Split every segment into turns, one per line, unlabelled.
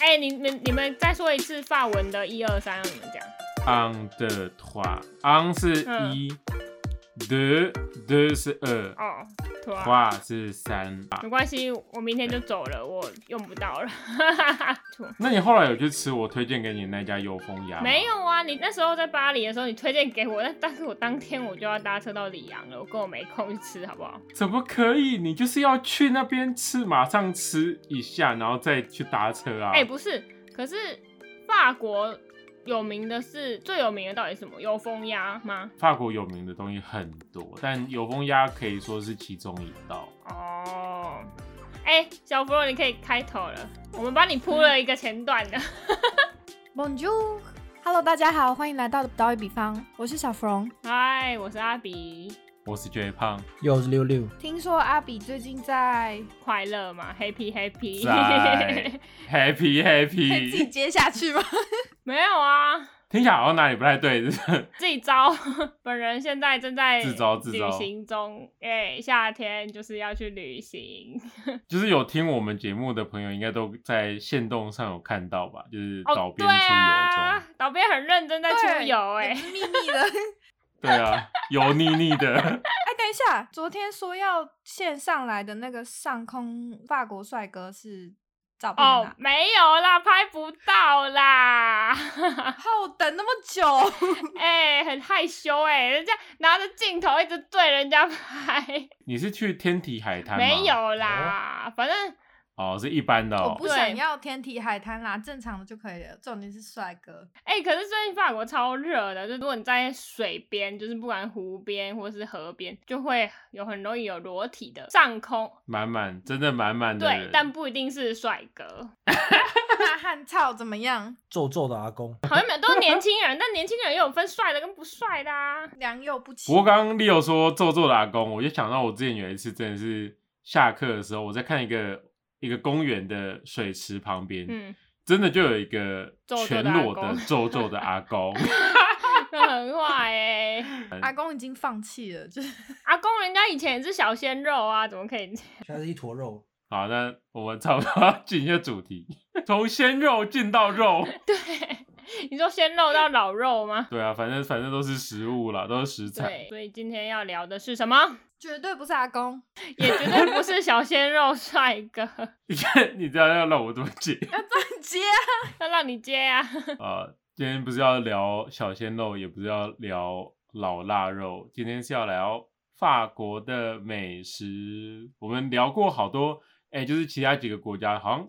哎、你们你们再说一次法文的一二三，让你们讲。
un 2 3 un 是
嗯
一，deux deux 是二
哦，对啊，
，trois 是三。
没关系，我明天就走了，我用不到了。错
那你后来有去吃我推荐给你那家油封鸭吗？
没有啊，你那时候在巴黎的时候，你推荐给我，但但是我当天我就要搭车到里昂了，我根本没空去吃，好不好？
怎么可以？你就是要去那边吃，马上吃一下，然后再去搭车啊！
哎、不是，可是法国有名的是最有名的到底是什么？油封鸭吗？
法国有名的东西很多，但油封鸭可以说是其中一道。
哦，哎、小芙蓉，你可以开头了，我们帮你铺了一个前段的。
Bonjour，Hello，大家好，欢迎来到岛屿比方，我是小芙蓉。
嗨，我是阿比，
我是觉得胖，
又是六六，
听说阿比最近 在，
快乐嘛，Happy Happy。
在 happy
可以自己
happy，
接下去吗？
没有啊，
听起来好像哪里不太对， 是不是
自己招。 本人现在正在
自招自招
旅行中，哎、夏天就是要去旅行。
就是有听我们节目的朋友，应该都在线动上有看到吧？就是
哦
导，
对
编出游中，
啊，导编很认真在出游、哎
对，有秘密的。
对
哎，
啊，油腻腻的。
等一下，昨天说要线上来的那个上空法国帅哥是照片在
哦
哪，？
没有啦，拍不到啦。
害我等那么久，
哎、很害羞哎、人家拿着镜头一直对人家拍，
你是去天体海滩吗？
没有啦，反正
哦，是一般的
我
哦。
不想要天体海滩啦，正常的就可以了。重点是帅 哥，
哎、可是最近法国超热的，就如果你在水边，就是不管湖边或是河边，就会有很容易有裸体的上空，
满满，真的满满的人。
对，但不一定是帅哥，
那汉操怎么样？
皱皱的阿公，
好像没有都是年轻人，但年轻人也有分帅的跟不帅的啊。
良莠不齐。
不过刚刚 Leo 说皱皱的阿公，我就想到我之前有一次真的是下课的时候，我在看一个一个公园的水池旁边，
嗯，
真的就有一个
皱皱
全
的阿
裸的
公
皱皱的阿公，
那很坏哎、
阿公已经放弃了，就是
阿公人家以前也是小鲜肉啊，怎么可以这 样？
现在是一坨肉，
好，那我们差不多要进一下主题， 从鲜肉进到肉。
对，你说鲜肉到老肉吗？
对啊，反正反正都是食物啦，都是食材。
对，所以今天要聊的是什么？
绝对不是阿公。
也绝对不是小鲜肉帅哥，
你看，你这样要让我怎么解？
接
要让你接啊！
呃，今天不是要聊小鲜肉，也不是要聊老腊肉，今天是要聊法国的美食。我们聊过好多，哎、就是其他几个国家，好像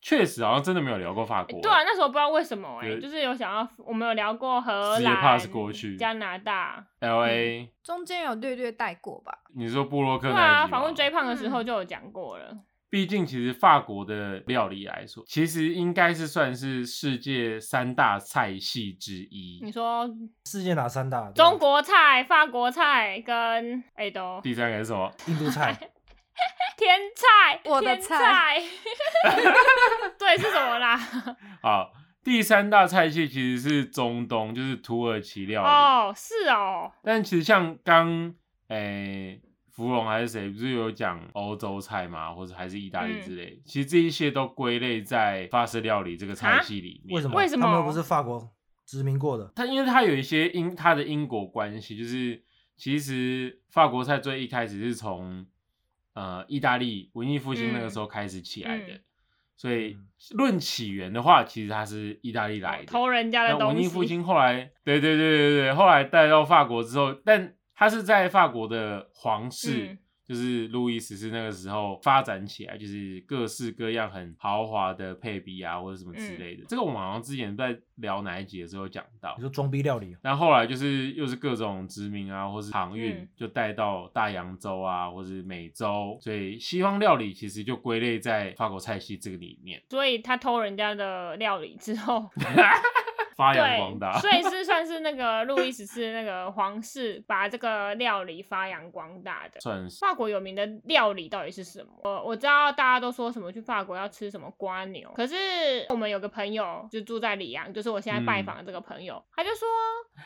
确实好像真的没有聊过法国。
对啊，那时候不知道为什么哎、
对
就是有想要，我们有聊过荷
直接
兰、
pass 过去
加拿大，
L A，、
中间有略略带过吧，
你说布洛克
嗯对
那一集
啊，
吗
访问追胖的时
嗯
候就有讲过了。
毕竟，其实法国的料理来说，其实应该是算是世界三大菜系之一。
你说
世界哪三大？对吧
中、国菜、法国菜跟哎、都
第三个是什么？
印度菜、
哎天菜，
我的
天菜， 对是什么啦？
啊，第三大菜系其实是中东，就是土耳其料理。
哦，是哦，
但其实像刚诶、芙蓉还是谁，不是有讲欧洲菜吗？或者还是意大利
嗯
之类？其实这一些都归类在法式料理这个
啊
菜系里面。
为什么？
为什么
他们又不是法国殖民过的？
它因为它有一些因它的因果关系，就是其实法国菜最一开始是从呃意大利文艺复兴那个时候开始起来的，
嗯
所以
嗯
论起源的话，其实它是意大利来的。
偷人家的
那文
东
艺复
西，
兴后来，对对对对对，后来带到法国之后，但它是在法国的皇室，
嗯
就是路易十四那个时候发展起来，就是各式各样很豪华的配比啊，或者什么
嗯
之类的。这个我们好像之前在聊哪一集的时候有讲到
你。说装逼料理，哦
但后来就是又是各种殖民啊，或是航运，
嗯
就带到大洋洲啊，或是美洲，所以西方料理其实就归类在法国菜系这个里面，
所以他偷人家的料理之后，
发扬光大
对，。所 以是算是那个路易十四那个皇室把这个料理发扬光大的。
算是
法国有名的料理到底是什么？我我知道大家都说什么去法国要吃什么瓜牛，可是我们有个朋友就住在里
嗯
昂，就是我现在拜访的这个朋友，他就说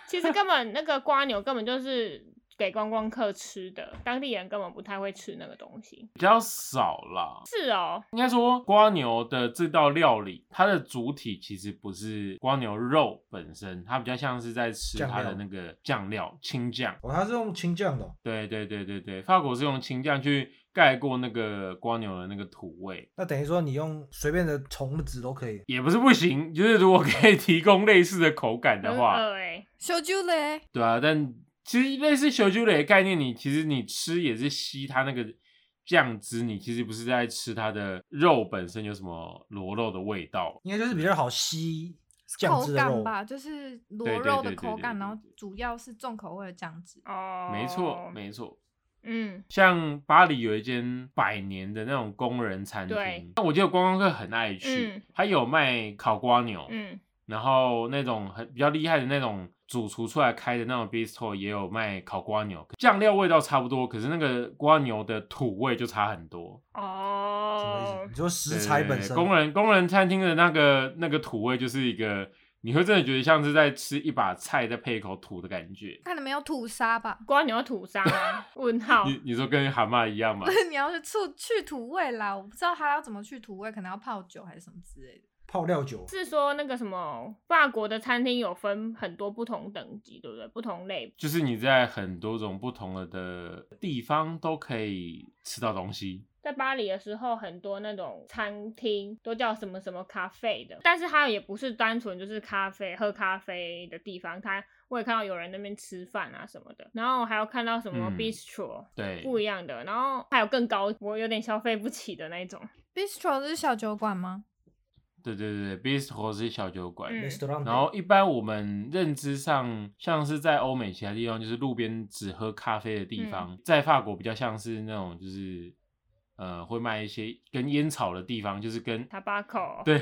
其实根本那个瓜牛根本就是给观光客吃的，当地人根本不太会吃那个东西。
比较少啦。
是哦，
应该说，瓜牛的这道料理，它的主体其实不是瓜牛肉本身，它比较像是在吃
酱料
它的那个酱料青酱。
哦，它是用青酱的哦、
对对对对对，法国是用青酱去盖过那个瓜牛的那个土味，
那等于说你用随便的虫子都可以。
也不是不行，就是如果可以提供类似的口感的
嗯
很
话，
饿哎、
小酒嘞，
对啊，但其实类似小酒类的概念，你其实你吃也是吸它那个酱汁，你其实不是在吃它的肉本身有什么螺肉的味道。
应该就是比较好吸酱
口
汁的
感
肉
吧，就是螺
对对
肉
对
的
对
口
对
感，
对
然后
对
主要是重口味的酱汁。
哦，
没错，没错。
嗯，
像巴黎有一间百年的那种工人餐
对
厅，那我记得观光客很爱去，
嗯
它有卖烤瓜牛，
嗯，
然后那种很比较厉害的那种主厨出来开的那种 bistro 也有卖烤瓜牛，酱料味道差不多，可是那个瓜牛的土味就差很多。
什么意
哦
思？，你说食
对
材
对
本
对
身，
工人工人餐厅的那个那个土味就是一个，你会真的觉得像是在吃一把菜，再配一口土的感觉。
看你们有吐沙吧？
瓜牛吐沙 吗？问号。
你你说跟蛤蟆一样吗？
你要是醋去土味啦，我不知道它要怎么去土味，可能要泡酒还是什么之类的。
泡料酒，
是说那个什么，法国的餐厅有分很多不同等级，对不对？不同类。
就是你在很多种不同的的地方都可以吃到东西。
在巴黎的时候，很多那种餐厅都叫什么什么咖啡的，但是它也不是单纯就是咖啡喝咖啡的地方，它我也看到有人那边吃饭啊什么的，然后还有看到什么
嗯
bistro、
对，
不一样的，然后还有更高，我有点消费不起的那种。
Bistro 是小酒馆吗？
对对对，bistro 是小酒馆。
嗯
restaurant
然后一般我们认知上，像是在欧美其他地方，就是路边只喝咖啡的
嗯
地方，在法国比较像是那种就是呃会卖一些跟烟草的地方，就是跟
Tabaco
对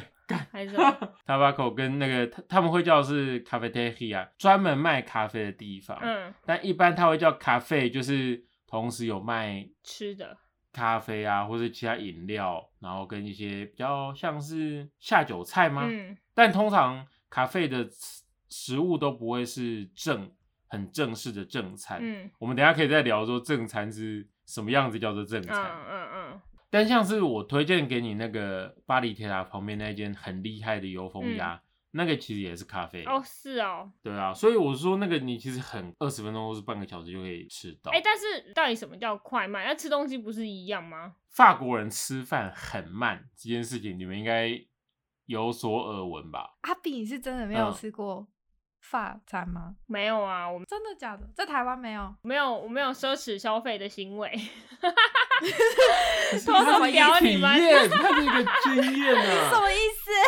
还是什么
Tabaco 跟那个他他们会叫是 c a f e t e r i a 专门卖咖啡的地方。，
嗯
但一般他会叫咖啡，就是同时有卖
吃的
咖啡啊，或是其他饮料，然后跟一些比较像是下酒菜吗？
嗯
但通常咖啡的食食物都不会是正很正式的正餐。
嗯
我们等一下可以再聊说正餐是什么样子叫做正
嗯
餐。
嗯嗯
但像是我推荐给你那个巴黎铁塔旁边那间很厉害的油封鸭，那个其实也是咖啡。
嗯哦是哦，
对啊，所以我说那个你其实很二十分钟或是半个小时就可以吃到。
哎、但是到底什么叫快慢？那吃东西不是一样吗？
法国人吃饭很慢这件事情，你们应该有所耳闻吧？
阿比，你是真的没有
嗯
吃过法餐吗？
没有啊，我
真的假的？在台湾没有？
没有，我没有奢侈消费的行为。
偷
偷瞄你们
体验，它是一个经验 啊。
什么意思？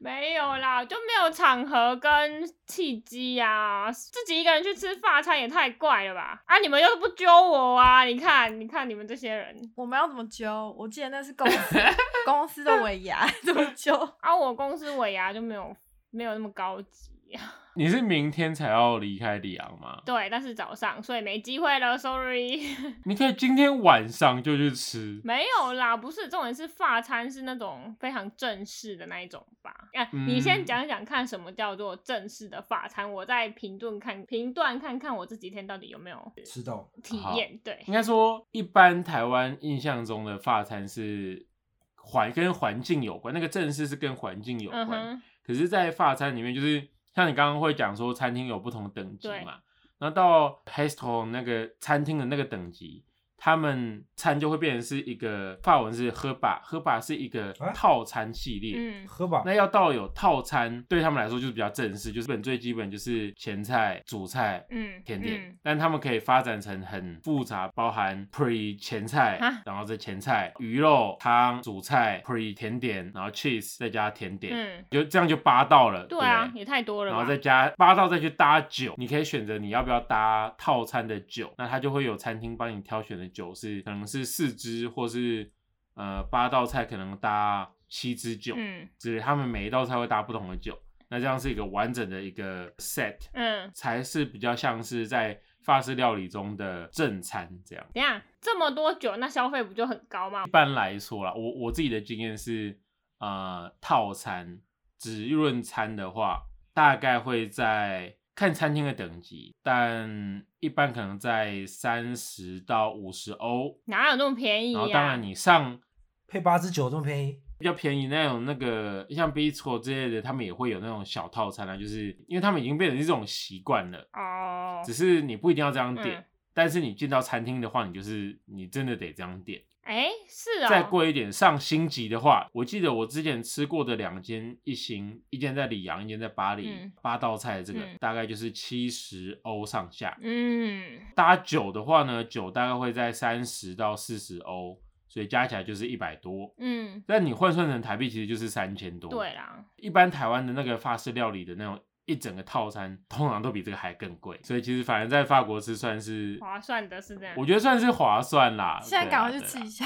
没有啦，就没有场合跟契机呀、啊。自己一个人去吃法餐也太怪了吧？啊，你们又不揪我啊！你看，你看你们这些人
我们要怎么揪？我记得那是公司 公司的尾牙，怎么揪？
啊，我公司尾牙就没有没有那么高级、啊。
你是明天才要离开里昂吗？
对，但是早上，所以没机会了，sorry。
你可以今天晚上就去吃。
没有啦，不是，重点是法餐是那种非常正式的那一种吧？哎、你先
嗯
讲讲看什么叫做正式的法餐，我再评论看评断看看我这几天到底有没有
吃到
体
好
验。对，
应该说，一般台湾印象中的法餐是环跟环境有关，那个正式是跟环境有
嗯
关。
哼，
可是，在法餐里面，就是像你刚刚会讲说，餐厅有不同等级
对
嘛。那到 h e s t o 那个餐厅的那个等级，他们餐就会变成是一个法文是喝吧，喝吧是一个
啊
套餐系列。
嗯
喝吧
那，要到有套餐，对他们来说就是比较正式，就是本最基本就是前菜、主菜、
嗯，
甜点，
嗯
但他们可以发展成很复杂，包含 pre 前菜
啊，
然后再前菜、鱼肉汤、主菜、pre 甜点，然后 cheese 再加甜点，
嗯，
就这样就八道了。
对啊
不，
也太多了
然后
吧
再？加八道，再去搭酒，你可以选择你要不要搭套餐的酒，那它就会有餐厅帮你挑选的酒是可能是四支，或是呃八道菜可能搭七支酒，
嗯
之类，他们每一道菜会搭不同的酒，那这样是一个完整的一个 set，
嗯，
才是比较像是在法式料理中的正餐这样。
等一下这么多酒，那消费不就很高吗
一？般来说啦，我我自己的经验是，呃，套餐只论餐的话，大概会在看餐厅的等级，但一般可能在三十到五十欧。
哪有那么便宜
然
呀、
后当然你上
配八支酒这么便宜，
比较便宜那种那个像 Bistro 之类的，他们也会有那种小套餐啊，就是因为他们已经变成一种习惯了，
哦
只，是你不一定要这样点。
嗯
但是你进到餐厅的话，你就是你真的得这样点。
哎、是哦，
再贵一点，上星级的话，我记得我之前吃过的两间一星，一间在里昂，一间在巴黎，
嗯
八道菜的这个、
嗯
大概就是七十欧上下。
嗯，
搭酒的话呢，酒大概会在三十到四十欧，所以加起来就是一百多。
嗯，
但你换算成台币，其实就是三千多。
对，啦，
一般台湾的那个法式料理的那种一整个套餐，通常都比这个还更贵。所以其实反正在法国吃算是
划算的是这样
我觉得算是划算啦。
现在
对啊
赶快去
对啊
吃一下。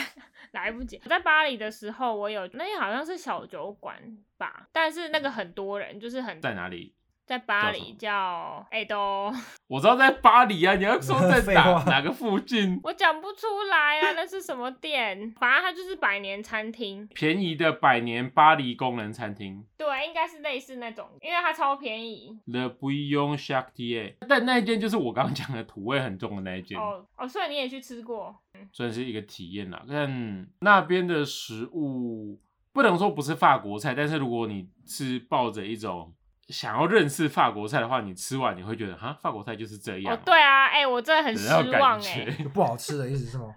来不及。我在巴黎的时候，我有那好像是小酒馆吧，但是那个很多人，就是很
嗯在哪里？
在巴
叫什
黎
么
叫哎、都
我知道在巴黎啊，你要说在
废
哪
话
哪个附近？
我讲不出来啊，那是什么店？反正它就是百年餐厅，
便宜的百年巴黎工人餐厅
对，应该是类似那种，因为它超便宜。
Le Bouillon c h a r t i e r 但那一间就是我刚刚讲的土味很重的那一间，
哦哦，所以你也去吃过？
算是一个体验啦。但那边的食物不能说不是法国菜，但是如果你是抱着一种想要认识法国菜的话，你吃完你会觉得哈，法国菜就是这样、
哦，对啊，哎、我真的很
的
失
那种
望
感
哎、
觉，
有不好吃的意思是吗？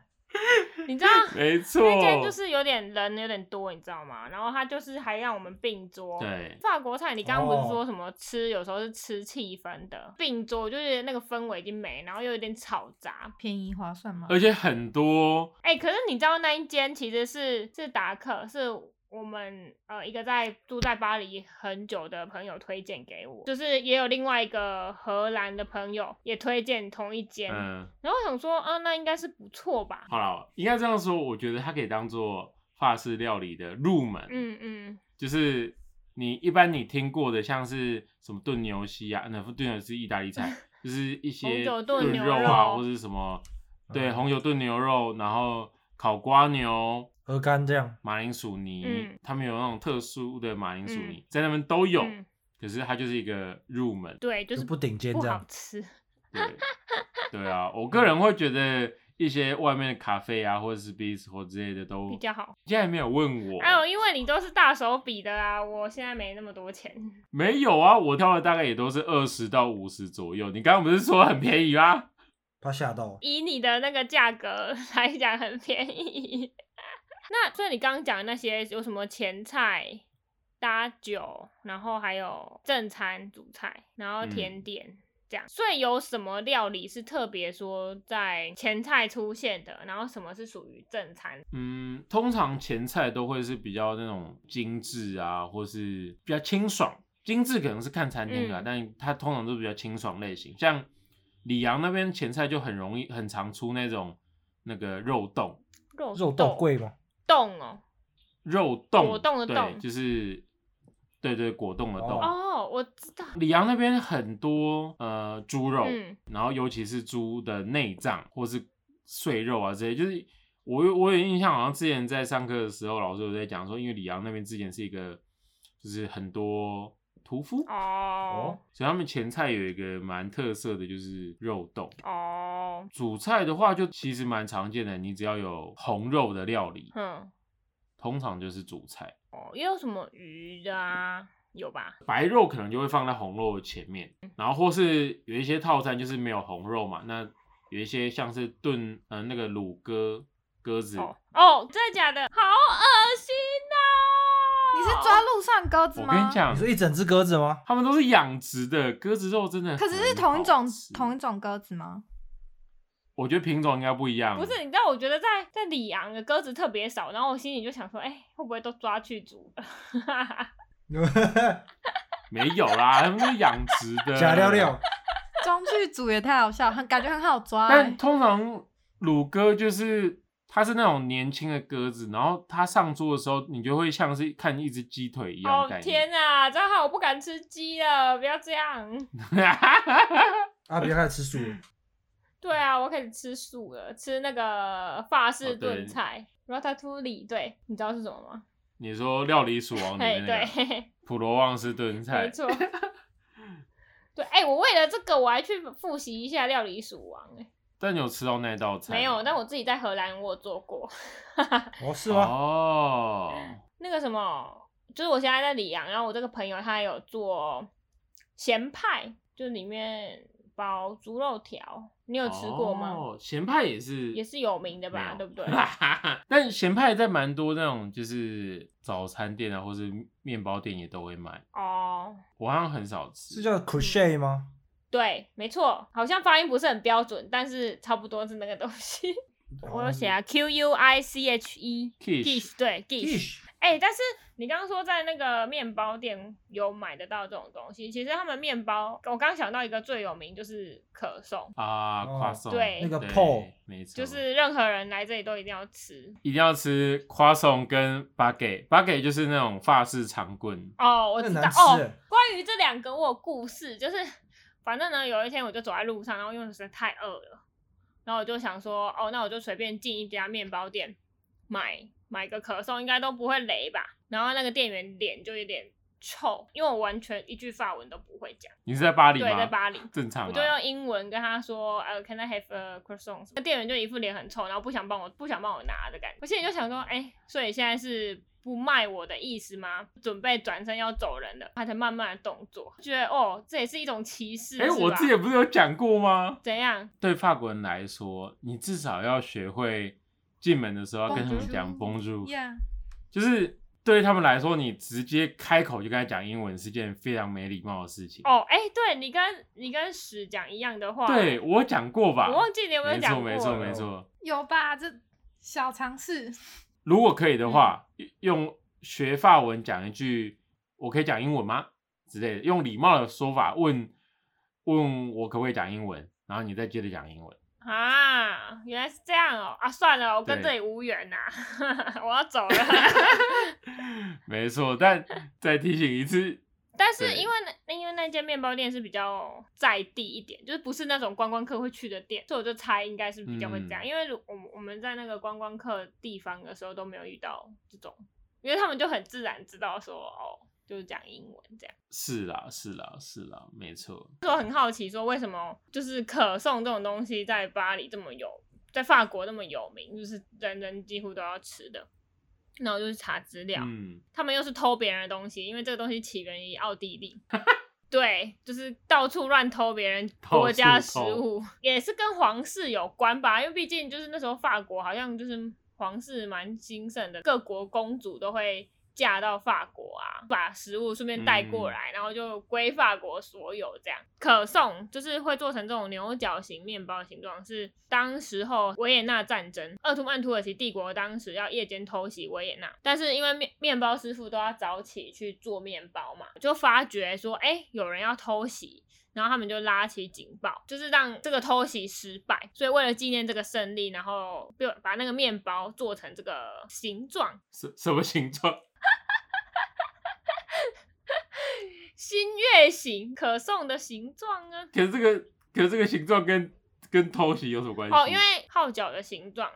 你知道
没错，
那间就是有点人有点多，你知道吗？然后他就是还让我们并桌。。
对。
法国菜，你刚刚不是
哦
说什么吃、有时候是吃气氛的，并桌就是那个氛围已经没，然后又有点吵杂。
便宜划算吗？
而且很多
哎、可是你知道那一间其实是是达克，是我们呃一个在住在巴黎很久的朋友推荐给我，就是也有另外一个荷兰的朋友也推荐同一间，
嗯，
然后我想说啊，那应该是不错吧。
好了，应该这样说，我觉得它可以当做法式料理的入门。，
嗯嗯，
就是你一般你听过的，像是什么炖牛膝啊，那不炖牛是意大利 菜，就是一些
红酒炖
炖
牛
肉
肉
啊，或者什么对
嗯
红酒炖牛肉，然后烤瓜牛。
鹅肝这样，
马铃薯泥，
嗯
他们有那种特殊的马铃薯
嗯
泥，在那边都有，
嗯
可是它就是一个入门。
对，就
就是不顶尖
不
这
好
样。
吃。
对，对啊，我个人会觉得一些外面的咖啡啊，或者是 b i s 或之类的都
比较好。
你现在没有问
哦
我，
哎呦，因为你都是大手笔的啊，我现在没那么多钱。
没有啊，我挑的大概也都是二十到五十左右。你刚刚不是说很便宜吗？
他吓到，
以你的那个价格 来讲，很便宜。 那所以你刚刚讲的那些有什么前菜、搭酒，然后还有正餐、主菜，然后
嗯
甜点、这样。所以有什么料理是特别说在前菜出现的，然后什么是属于正餐？
嗯，通常前菜都会是比较那种精致啊，或是比较清爽。精致可能是看餐厅啊，
嗯
但它通常都比较清爽类型。像里昂那边前菜就很容易、很常出那种那个肉冻，
肉
肉豆
冻
贵吗？
冻哦。
肉冻，
果冻的
对
冻
就是对对果冻的冻。
哦
哦，我知道。
里昂那边很多呃猪肉，
嗯
然后尤其是猪的内脏或是碎肉啊这些，就是我有我有印象，好像之前在上课的时候，老师有在讲说，因为里昂那边之前是一个就是很多屠夫，
哦
所以他们前菜有一个蛮特色的就是肉冻。
哦，
主菜的话，就其实蛮常见的，你只要有红肉的料理，
嗯，
通常就是主菜。
哦，也有什么鱼的啊？有吧？
白肉可能就会放在红肉的前面，
嗯
然后或是有一些套餐就是没有红肉嘛，那有一些像是炖呃那个卤鸽鸽子，
哦哦，真的假的？好恶心哦！
你是抓路上鸽子
我
吗？
跟你讲
你，说一整只鸽子吗？
他们都是养殖的，鸽子肉真的。
可是是同一种同一
一，
种鸽子吗？
我觉得品种应该不一样。
不是？你知道，我觉得在在里昂的鸽子特别少，然后我心里就想说，哎、会不会都抓去煮了？
啊没有啦，他们都是养殖的
假料
啊
料。
中剧组也太好笑，很感觉很好抓、
但
欸。
通常乳鸽就是它是那种年轻的鸽子，然后它上桌的时候，你就会像是看一只鸡腿一样
哦
的概念。
天啊，张浩，我不敢吃鸡了，不要这样。
阿比要开始吃素
嗯
了，
对啊，我开始吃素了，吃那个法
哦
式
对
炖菜、r a t a t o u i l l 对，你知道是什么吗？
你哦说《料理鼠王》里
哎、
面那个
对，
普罗旺斯炖
没
菜，
错。对，哎、我为了这个我还去复习一下料理鼠王、哎，
但你有吃到那道菜吗？
没有，但我自己在荷兰我有做过，
哦，是吗？
哦，
啊
那个什么，就是我现在在里昂，然后我这个朋友他有做咸派，就里面包猪肉条，你有吃过吗？
哦，咸派也是，
也是有名的吧
没
对
有
不 对？
但咸派在蛮多那种就是早餐店啊，或是面包店也都会卖，
哦，
我好像很少吃。
是叫 crochet 吗？
对，没错，好像发音不是很标准，但是差不多是那个东 西。
嗯
我有
哦
写啊，Q U I C H E
Quiche
对 Gish。
Fish
哎、但是你刚刚说在那个面包店有买得到这种东西，其实他们面包，我刚想到一个最有名就是可颂，
啊，
哦
夸送
对
那个
对
Paul
没错，
就是任何人来这里都一定要吃。
一定要吃夸送跟 baguette，baguette 就是那种法式长棍，
哦，我知
那
道
难吃
哦
欸。
关于这两个，我有故事，就是 反正呢，有一天我就走在路上，然后因为实在太饿了，然后我就想说，哦，那我就随便进一家面包店买买个可颂，应该都不会雷吧。然后那个店员脸就有点臭，因为我完全一句法文都不会讲。
你是在巴黎
对，
吗？
在巴黎。
正常啊
我
吗
就？用英文跟他说，呃、c a n I have a croissant？那店员就一副脸很臭，然后不想帮我，不想帮我拿的感觉。我心里就想说，哎、所以现在是不卖我的意思吗？准备转身要走人了，他才慢慢的动作，觉得哦，这也是一种歧视，
哎、
是吧
我之前不是有讲过吗？
怎样？
对法国人来说，你至少要学会进门的时候要跟他们
Bonjour
讲 Bonjour，
Yeah
就是对于他们来说，你直接开口就跟他讲英文是件非常没礼貌的事情。
哦，哎、对你跟你跟史讲一样的话，
对，我讲过吧？
我忘记你有有
没
讲
错，
过了，
没错，没错。
有吧？这小尝试，
如果可以
嗯
的话，用学法文讲一句“我可以讲英文吗”之类的，用礼貌的说法问问我可不可以讲英文，然后你再接着讲英文。
啊，原来是这样哦！啊，算了，我跟这
对
里无缘呐、 我要走了。
没错，但再提醒一次，
但是
对
因为那因为那间面包店是比较在地一点，就是不是那种观光客会去的店，所以我就猜应该是比较会这样。
嗯
因为如我们我们在那个观光客地方的时候都没有遇到这种，因为他们就很自然知道说哦，就是讲英文这样。
是啦，是啦，是啦，没错。
所以我很好奇说为什么就是可颂这种东西在巴黎这么有，在法国那么有名，就是人人几乎都要吃的。那我就去查资料，
嗯，
他们又是偷别人的东西，因为这个东西起源于奥地利。 对，就是到处乱偷别人国家的食
到处
物，也是跟皇室有关吧？因为毕竟就是那时候法国好像就是皇室蛮兴盛的，各国公主都会嫁到法国啊，把食物顺便带过来，然后就归法国所有这样。可颂就是会做成这种牛角形面包的形状，是当时候维也纳战争，鄂图曼土耳其帝国当时要夜间偷袭维也纳，但是因为面面包师傅都要早起去做面包嘛，就发觉说，哎、有人要偷袭。然后他们就拉起警报，就是让这个偷袭失败。所以为了纪念这个胜利，然后就把那个面包做成这个形状，
什什么形状？
新月形可颂的形状啊呢？
可是这个，可是这个形状跟跟偷袭有什么关系？
哦，因为号角的形状，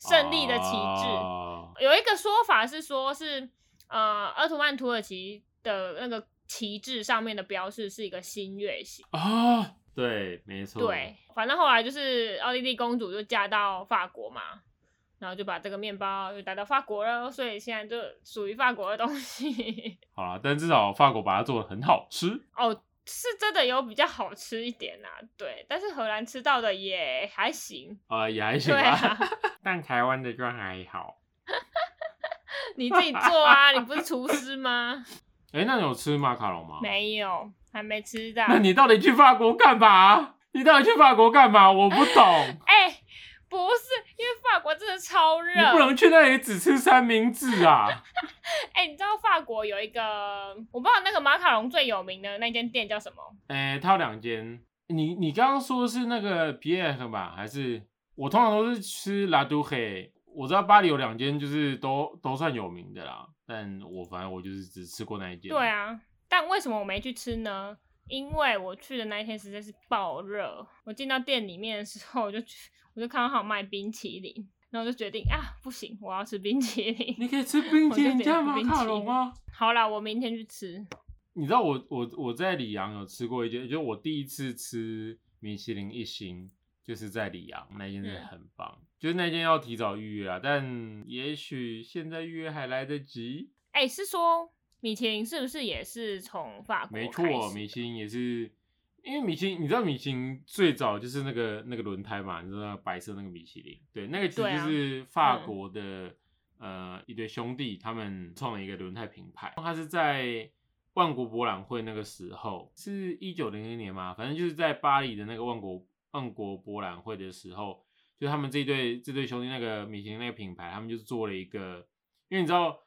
胜利的旗帜。
哦
有一个说法是说是，呃，奥图曼土耳其的那个旗帜上面的标示是一个新月形。
啊，对，没错，
对，反正后来就是奥地利公主就嫁到法国嘛，然后就把这个面包就带到法国了，所以现在就属于法国的东西。
好啦，但至少法国把它做的很好吃。
哦，是真的有比较好吃一点啦、对，但是荷兰吃到的也还行。
啊、 也还行
对啊
吧，，但台湾的就还好。
你自己做啊，你不是厨师吗？
哎、那你有吃马卡龙吗？。
没有，还没吃到。
那你到底去法国干嘛？啊你到底去法国干嘛？我不懂。
哎、不是，因为法国真的超 热
你。不能去那里只吃三明治啊！
哎、你知道法国有一个，我不知道那个马卡龙最有名的那间店叫什么？
哎、它有两间。你你刚刚说的是那个皮埃克吧？还是我通常都是吃拉都黑？我知道巴黎有两间，就是都都算有名的啦。但我反正我就是只吃过那一间。
对，啊，但为什么我没去吃呢？因为我去的那一天实在是爆热，我进到店里面的时候，我就去，我就看到他有卖冰淇淋，然后我就决定啊，不行，我要吃冰淇淋。
你可以吃冰淇
我就
淋
点
加
吃
马
冰淇淋
卡龙啊。
好啦，我明天去吃。
你知道我我我在里昂有吃过一间，就我第一次吃米其林一星，就是在里昂那间真的
嗯
很棒，就是那间要提早预约啊，但也许现在预约还来得及。
哎、是说米其林是不是也是从法国
没
开
错，
始
米其林也是，因为米其林，你知道米其林最早就是那个那个轮胎嘛，你知道那个白色那个米其林，对，那个其实
对
就
啊
是法
嗯
国的、呃一对兄弟他们创了一个轮胎品牌，他是在万国博览会那个时候，是一九零零年嘛，反正就是在巴黎的那个万国万国博览会的时候，就他们这一对这对兄弟那个米其林那个品牌，他们就做了一个，因为你知道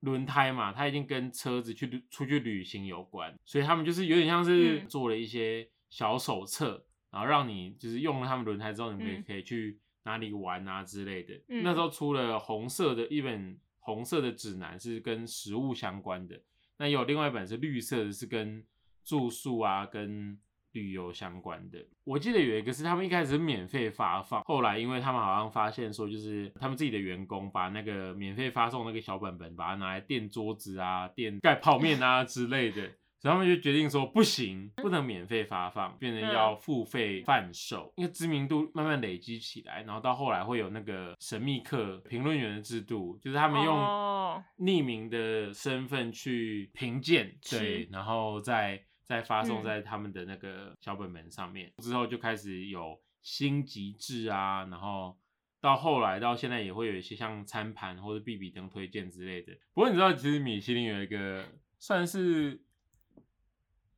轮胎嘛，它一定跟车子去旅出去旅行有关，所以他们就是有点像是
嗯
做了一些小手册，然后让你就是用了他们轮胎之后，你可以
嗯
可以去哪里玩啊之类的。
嗯
那时候出了红色的一本红色的指南是跟食物相关的，那有另外一本是绿色的，是跟住宿啊、跟旅游相关的。我记得有一个是他们一开始是免费发放，后来因为他们好像发现说，就是他们自己的员工把那个免费发送那个小本本，把它拿来垫桌子啊、垫盖泡面啊之类 的。所以他们就决定说不行，不能免费发放，变成
嗯
要付费贩售。因为知名度慢慢累积起来，然后到后来会有那个神秘客评论员的制度，就是他们用
哦
匿名的身份去评鉴，
吃
对，然后再再发送
嗯
在他们的那个小本本上面，之后就开始有星级制啊，然后到后来到现在也会有一些像餐盘或者必比登推荐之类的。不过你知道，其实米其林有一个算是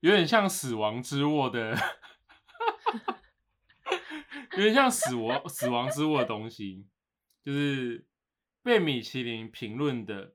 有点像死亡之握的，有点像死亡死亡之握的东西，就是被米其林评论的，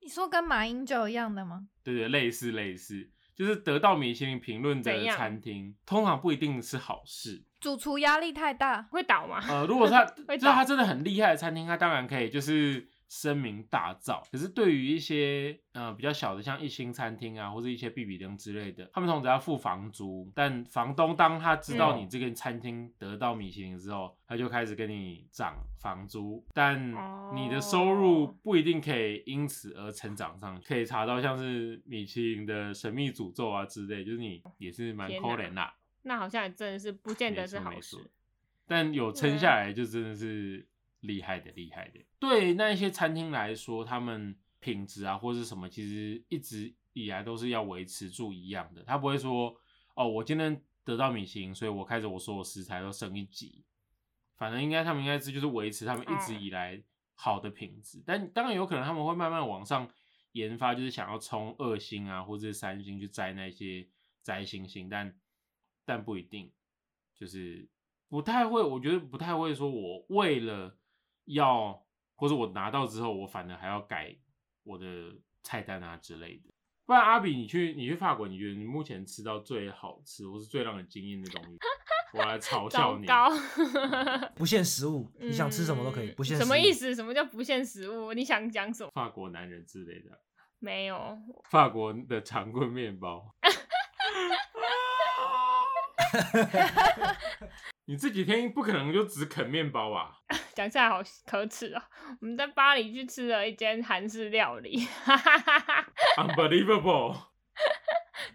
你说跟马英九一样的吗？
对对，类似类似，就是得到米其林评论的
怎样
餐厅，通常不一定是好事。
主厨压力太大，
会倒吗？
呃，如果他
会
就是他
倒
真的很厉害的餐厅，他当然可以就是声名大噪。可是对于一些呃比较小的，像一星餐厅啊，或者一些必比登之类的，他们通常要付房租，但房东当他知道
嗯
你这个餐厅得到米其林之后，他就开始跟你涨房租，但你的收入
哦
不一定可以因此而成长上去。可以查到像是米其林的神秘诅咒啊之类，就是你也是蛮
天
可
哪
怜啦。
那好像也真的是不见
没
得
错
是好
没错
事。啊
但有撑下来就真的是厉害的厉害的。对那一些餐厅来说，他们品质啊或是什么，其实一直以来都是要维持住一样的。他不会说哦，我今天得到米其林，所以我开始我所有食材都升一级。反正应该他们应该是就是维持他们一直
嗯
以来好的品质，但当然有可能他们会慢慢往上研发，就是想要冲二星啊或者是三星去摘那些摘星星，但但不一定，就是不太会，我觉得不太会说我为了要或者我拿到之后，我反而还要改我的菜单啊之类的。不然阿比，你去你去法国，你觉得你目前吃到最好吃或是最让人惊艳的东 西？我来嘲笑
糟
你。
糕，
不限食物，你想吃什么都可以，
嗯
不限食物。
什么意？思？什么叫不限食物？你想讲什么？
法国男人之类的，
没有，
法国的长棍面 包。你这几天不可能就只啃面包啊吧？
讲起来好可耻哦。 我们在巴黎去吃了一间韩式料理，
Unbelievable！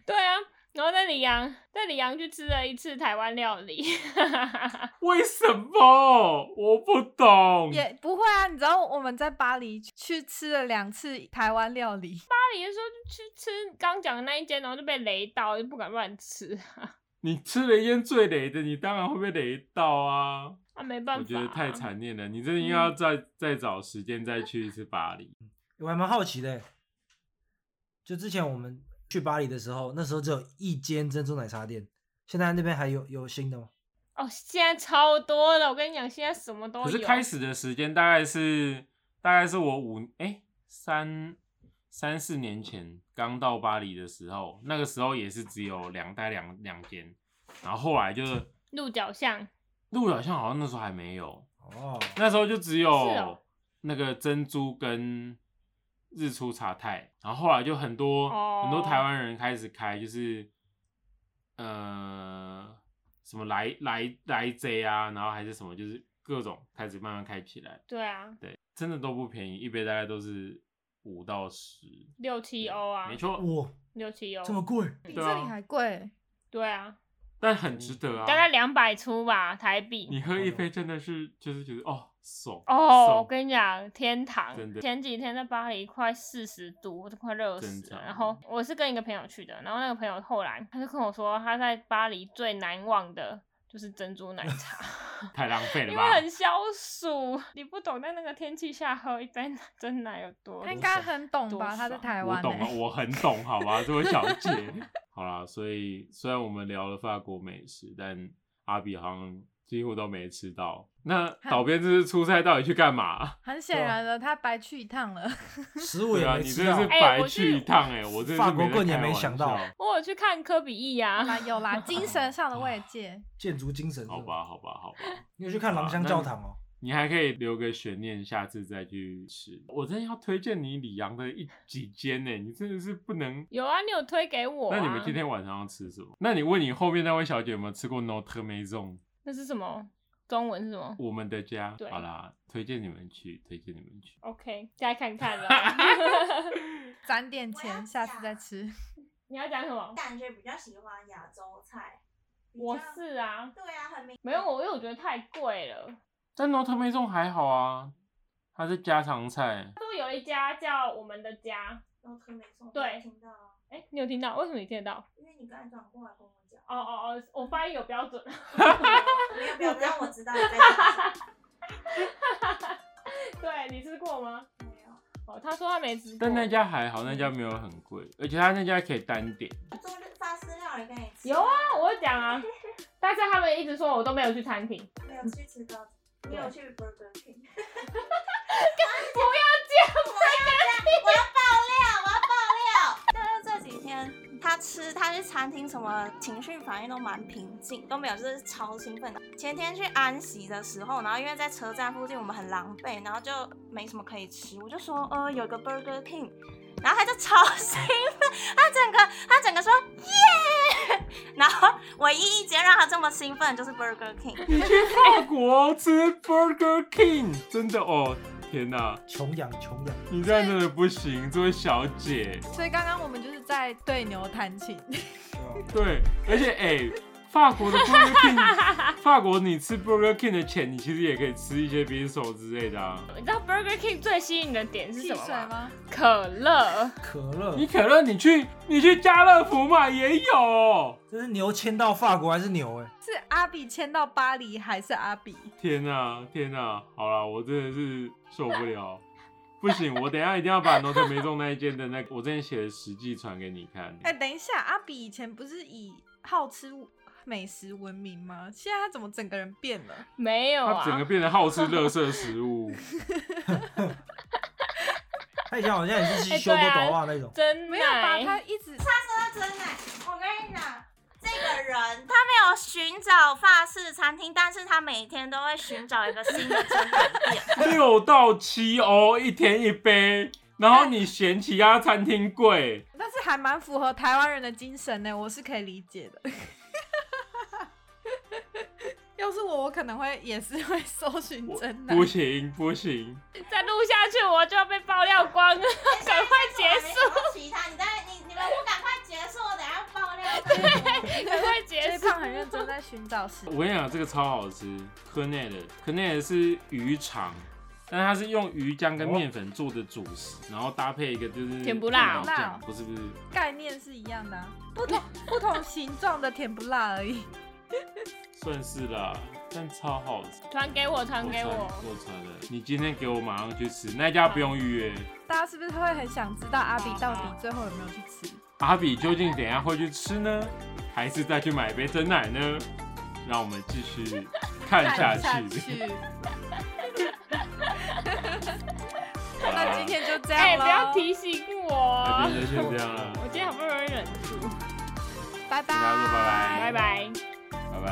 对啊，然后在里昂，在里昂去吃了一次台湾料理，
为什么？我不懂。
也不会啊。你知道我们在巴黎去吃了两次台湾料理，
巴黎的时候就去吃刚讲的那一间，然后就被雷到，就不敢乱吃。
你吃了一间最雷的，你当然会被雷到啊！
啊，没办法、
我觉得太。残念了，你真的应该要再、再找时间再去一次巴黎。
我还蛮好奇的，就之前我们去巴黎的时候，那时候只有一间珍珠奶茶店，现在那边还有有新的吗？
哦，现在超多了，我跟你讲，现在什么都哦有。
可是开始的时间大概是大概是我五哎三三四年前刚到巴黎的时候，那个时候也是只有两大概两两间，然后后来就
鹿角巷，
鹿角巷好像那时候还没有，
哦，
那时候就只
是
有
哦
那个珍珠跟日出茶太，然后后来就很多、
哦
很多台湾人开始开，就是呃什么来来来 Z 啊，然后还是什么，就是各种开始慢慢开起来。
对啊，
对，真的都不便宜，一杯大概都是五到十，
六七欧啊，
没，错，
哇，
六七欧，
这么贵，
比
对
这里
啊
还贵。
对啊，
但很值得啊。
大概两百出吧台
你
币。
哦
喝一杯真的是就是觉得哦，爽
哦，我
爽
跟你讲，天堂
真的
前几天在巴黎快四十度，我都快热死
真
了。
的
然后我是跟一个朋友去的，然后那个朋友后来他就跟我说，他在巴黎最难忘的就是珍珠奶茶。
太浪费了
因
吧
为？很消暑，你不懂在那个天气下喝一杯真奶有多
他应
爽。
该很懂
多
吧？他在
爽
台
我
湾、
懂啊，
欸，
我很懂，好吧，这位小姐。好啦，所以虽然我们聊了法国美食，但阿比好像几乎都没吃到。那导编这次出差到底去干嘛？
很
对
显
啊
然的，他白去一趟了。
食物
对
也
啊，
没
你
吃
真的
到
是，
哎
白
我是
去一趟哎、我真的是
法国
在
棍也
开
没
玩
想到
笑
我有去看科比啊意
有
呀、
啦有啦，精神上的慰藉。
建筑精神。
好吧，，好吧，好吧，
你有去看
好啊
狼香
那
教堂哦？
你还可以留个悬念，下次再去吃。我真的要推荐你里昂的一几间呢、你真的是不能。
有啊，你有推给我、啊。
那你们今天晚上要吃什么？那你问你后面那位小姐有没有吃过 Notre Maison？
那是什么？中文是什么
我们的家
对，
好啦，推荐你们去，推荐你们去。
？OK，再看看 了。
攒点
我要
钱，下次再
讲
吃。
你要讲什么？
感觉比较喜欢亚洲菜。比较
我是啊，
对啊，很明
没有我，因为我觉得太贵了。
但 Notre Maison 还好啊，它是家常菜。
都有一家叫我们的家，
然后特没错，
对
听到啊，
哎、你有听到？为什么你听得到？
因为你刚才转过来跟 我讲，
哦哦哦，我发音有标 准。
没有没有让我知道你在讲
对你吃过吗？
什么，没 有。
哦，他说他没吃过。
但那家还好，那家没有很贵，而且它那家可以单 点。
做法式料理跟你吃，
有啊，我有讲啊，但是他们一直说我都没有去餐厅。
没有去吃到，你有去 Burger King？
不要
我要爆料，我要爆料。就是这几天他吃，他去餐厅什么情绪反应都蛮平静，都没有就是超兴奋的。前天去安息的时候，然后因为在车站附近我们很狼狈，然后就没什么可以吃，我就说呃有个 Burger King。然后他就超 兴奋，他整个他整个说耶，然后唯一一间让他这么兴奋就是 Burger King，
你去
哎
法国吃 Burger King，真的哦，天哪，
穷养穷养，
你这样真的不行，这位小姐。
所以刚刚我们就是在对牛弹琴，
对吧？
对，而且哎、法国的 Burger King，法国你吃 Burger King 的钱，你其实也可以吃一些匕首之类的啊。
你知道 Burger King 最吸引的点是
汽
什么
水
吗？
吗？
可乐。
可乐
你，可乐，你去你去家乐福嘛也有。
这是牛迁到法国还是牛？哎，
是阿比迁到巴黎还是阿比？
天呐、天呐、好啦，我真的是受不了，不行，我等一下一定要把 Notre 梅中那一间的那个我之前写的实际传给你看。
哎、等一下，阿比以前不是以好吃美食闻名吗？现在他怎么整个人变了？
没有
他
啊，
整个变得好吃垃圾食物，
他以前好像也是
哎
去修过
对啊
头啊那种，
真
没有吧？
奶
他一直
真的，我跟你讲，这个人他没有寻找法式餐厅，但是他每天都会寻找一个新的餐厅 店。
六到七欧一天一杯，然后你嫌其他餐厅 贵，
但是还蛮符合台湾人的精神呢，我是可以理解的。 要是我，我可能会也是会搜寻
我
真奶
不。行不行，
再录下去我就要被爆料光 了，赶快结束，
束。其他，你在你你们不赶快结束，我等下爆 料。
赶快结
追
束。
胖很认真在寻找食
我跟你讲，这个超好吃 c o n e t 的 c o n e t 是鱼肠，但它是用鱼浆跟面粉做的主食，然后搭配一个就是
甜不辣
老酱，不是不是，
概念是一样的、啊，不同不同形状的甜不辣而已。
算是啦，但超好吃。
传给我，传给
我
我。
传我传了，你今天给我马上去吃，那家不用预约。
大家是不是会很想知道阿比到底最后有没有去吃？
阿比究竟等一下会去吃呢，还是再去买杯真奶呢？让我们继续看下
看下
去。
去。
好啦
那今天就这
哎、
样
不
了，
要提醒
那
我
今，天就先这样了，
我今天好不容易忍住。
拜
跟大
拜，
家说
拜
拜拜，
拜，
拜拜。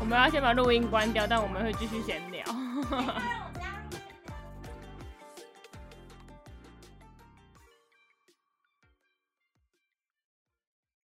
我们要先把录音关掉，但我们会继续闲聊。
但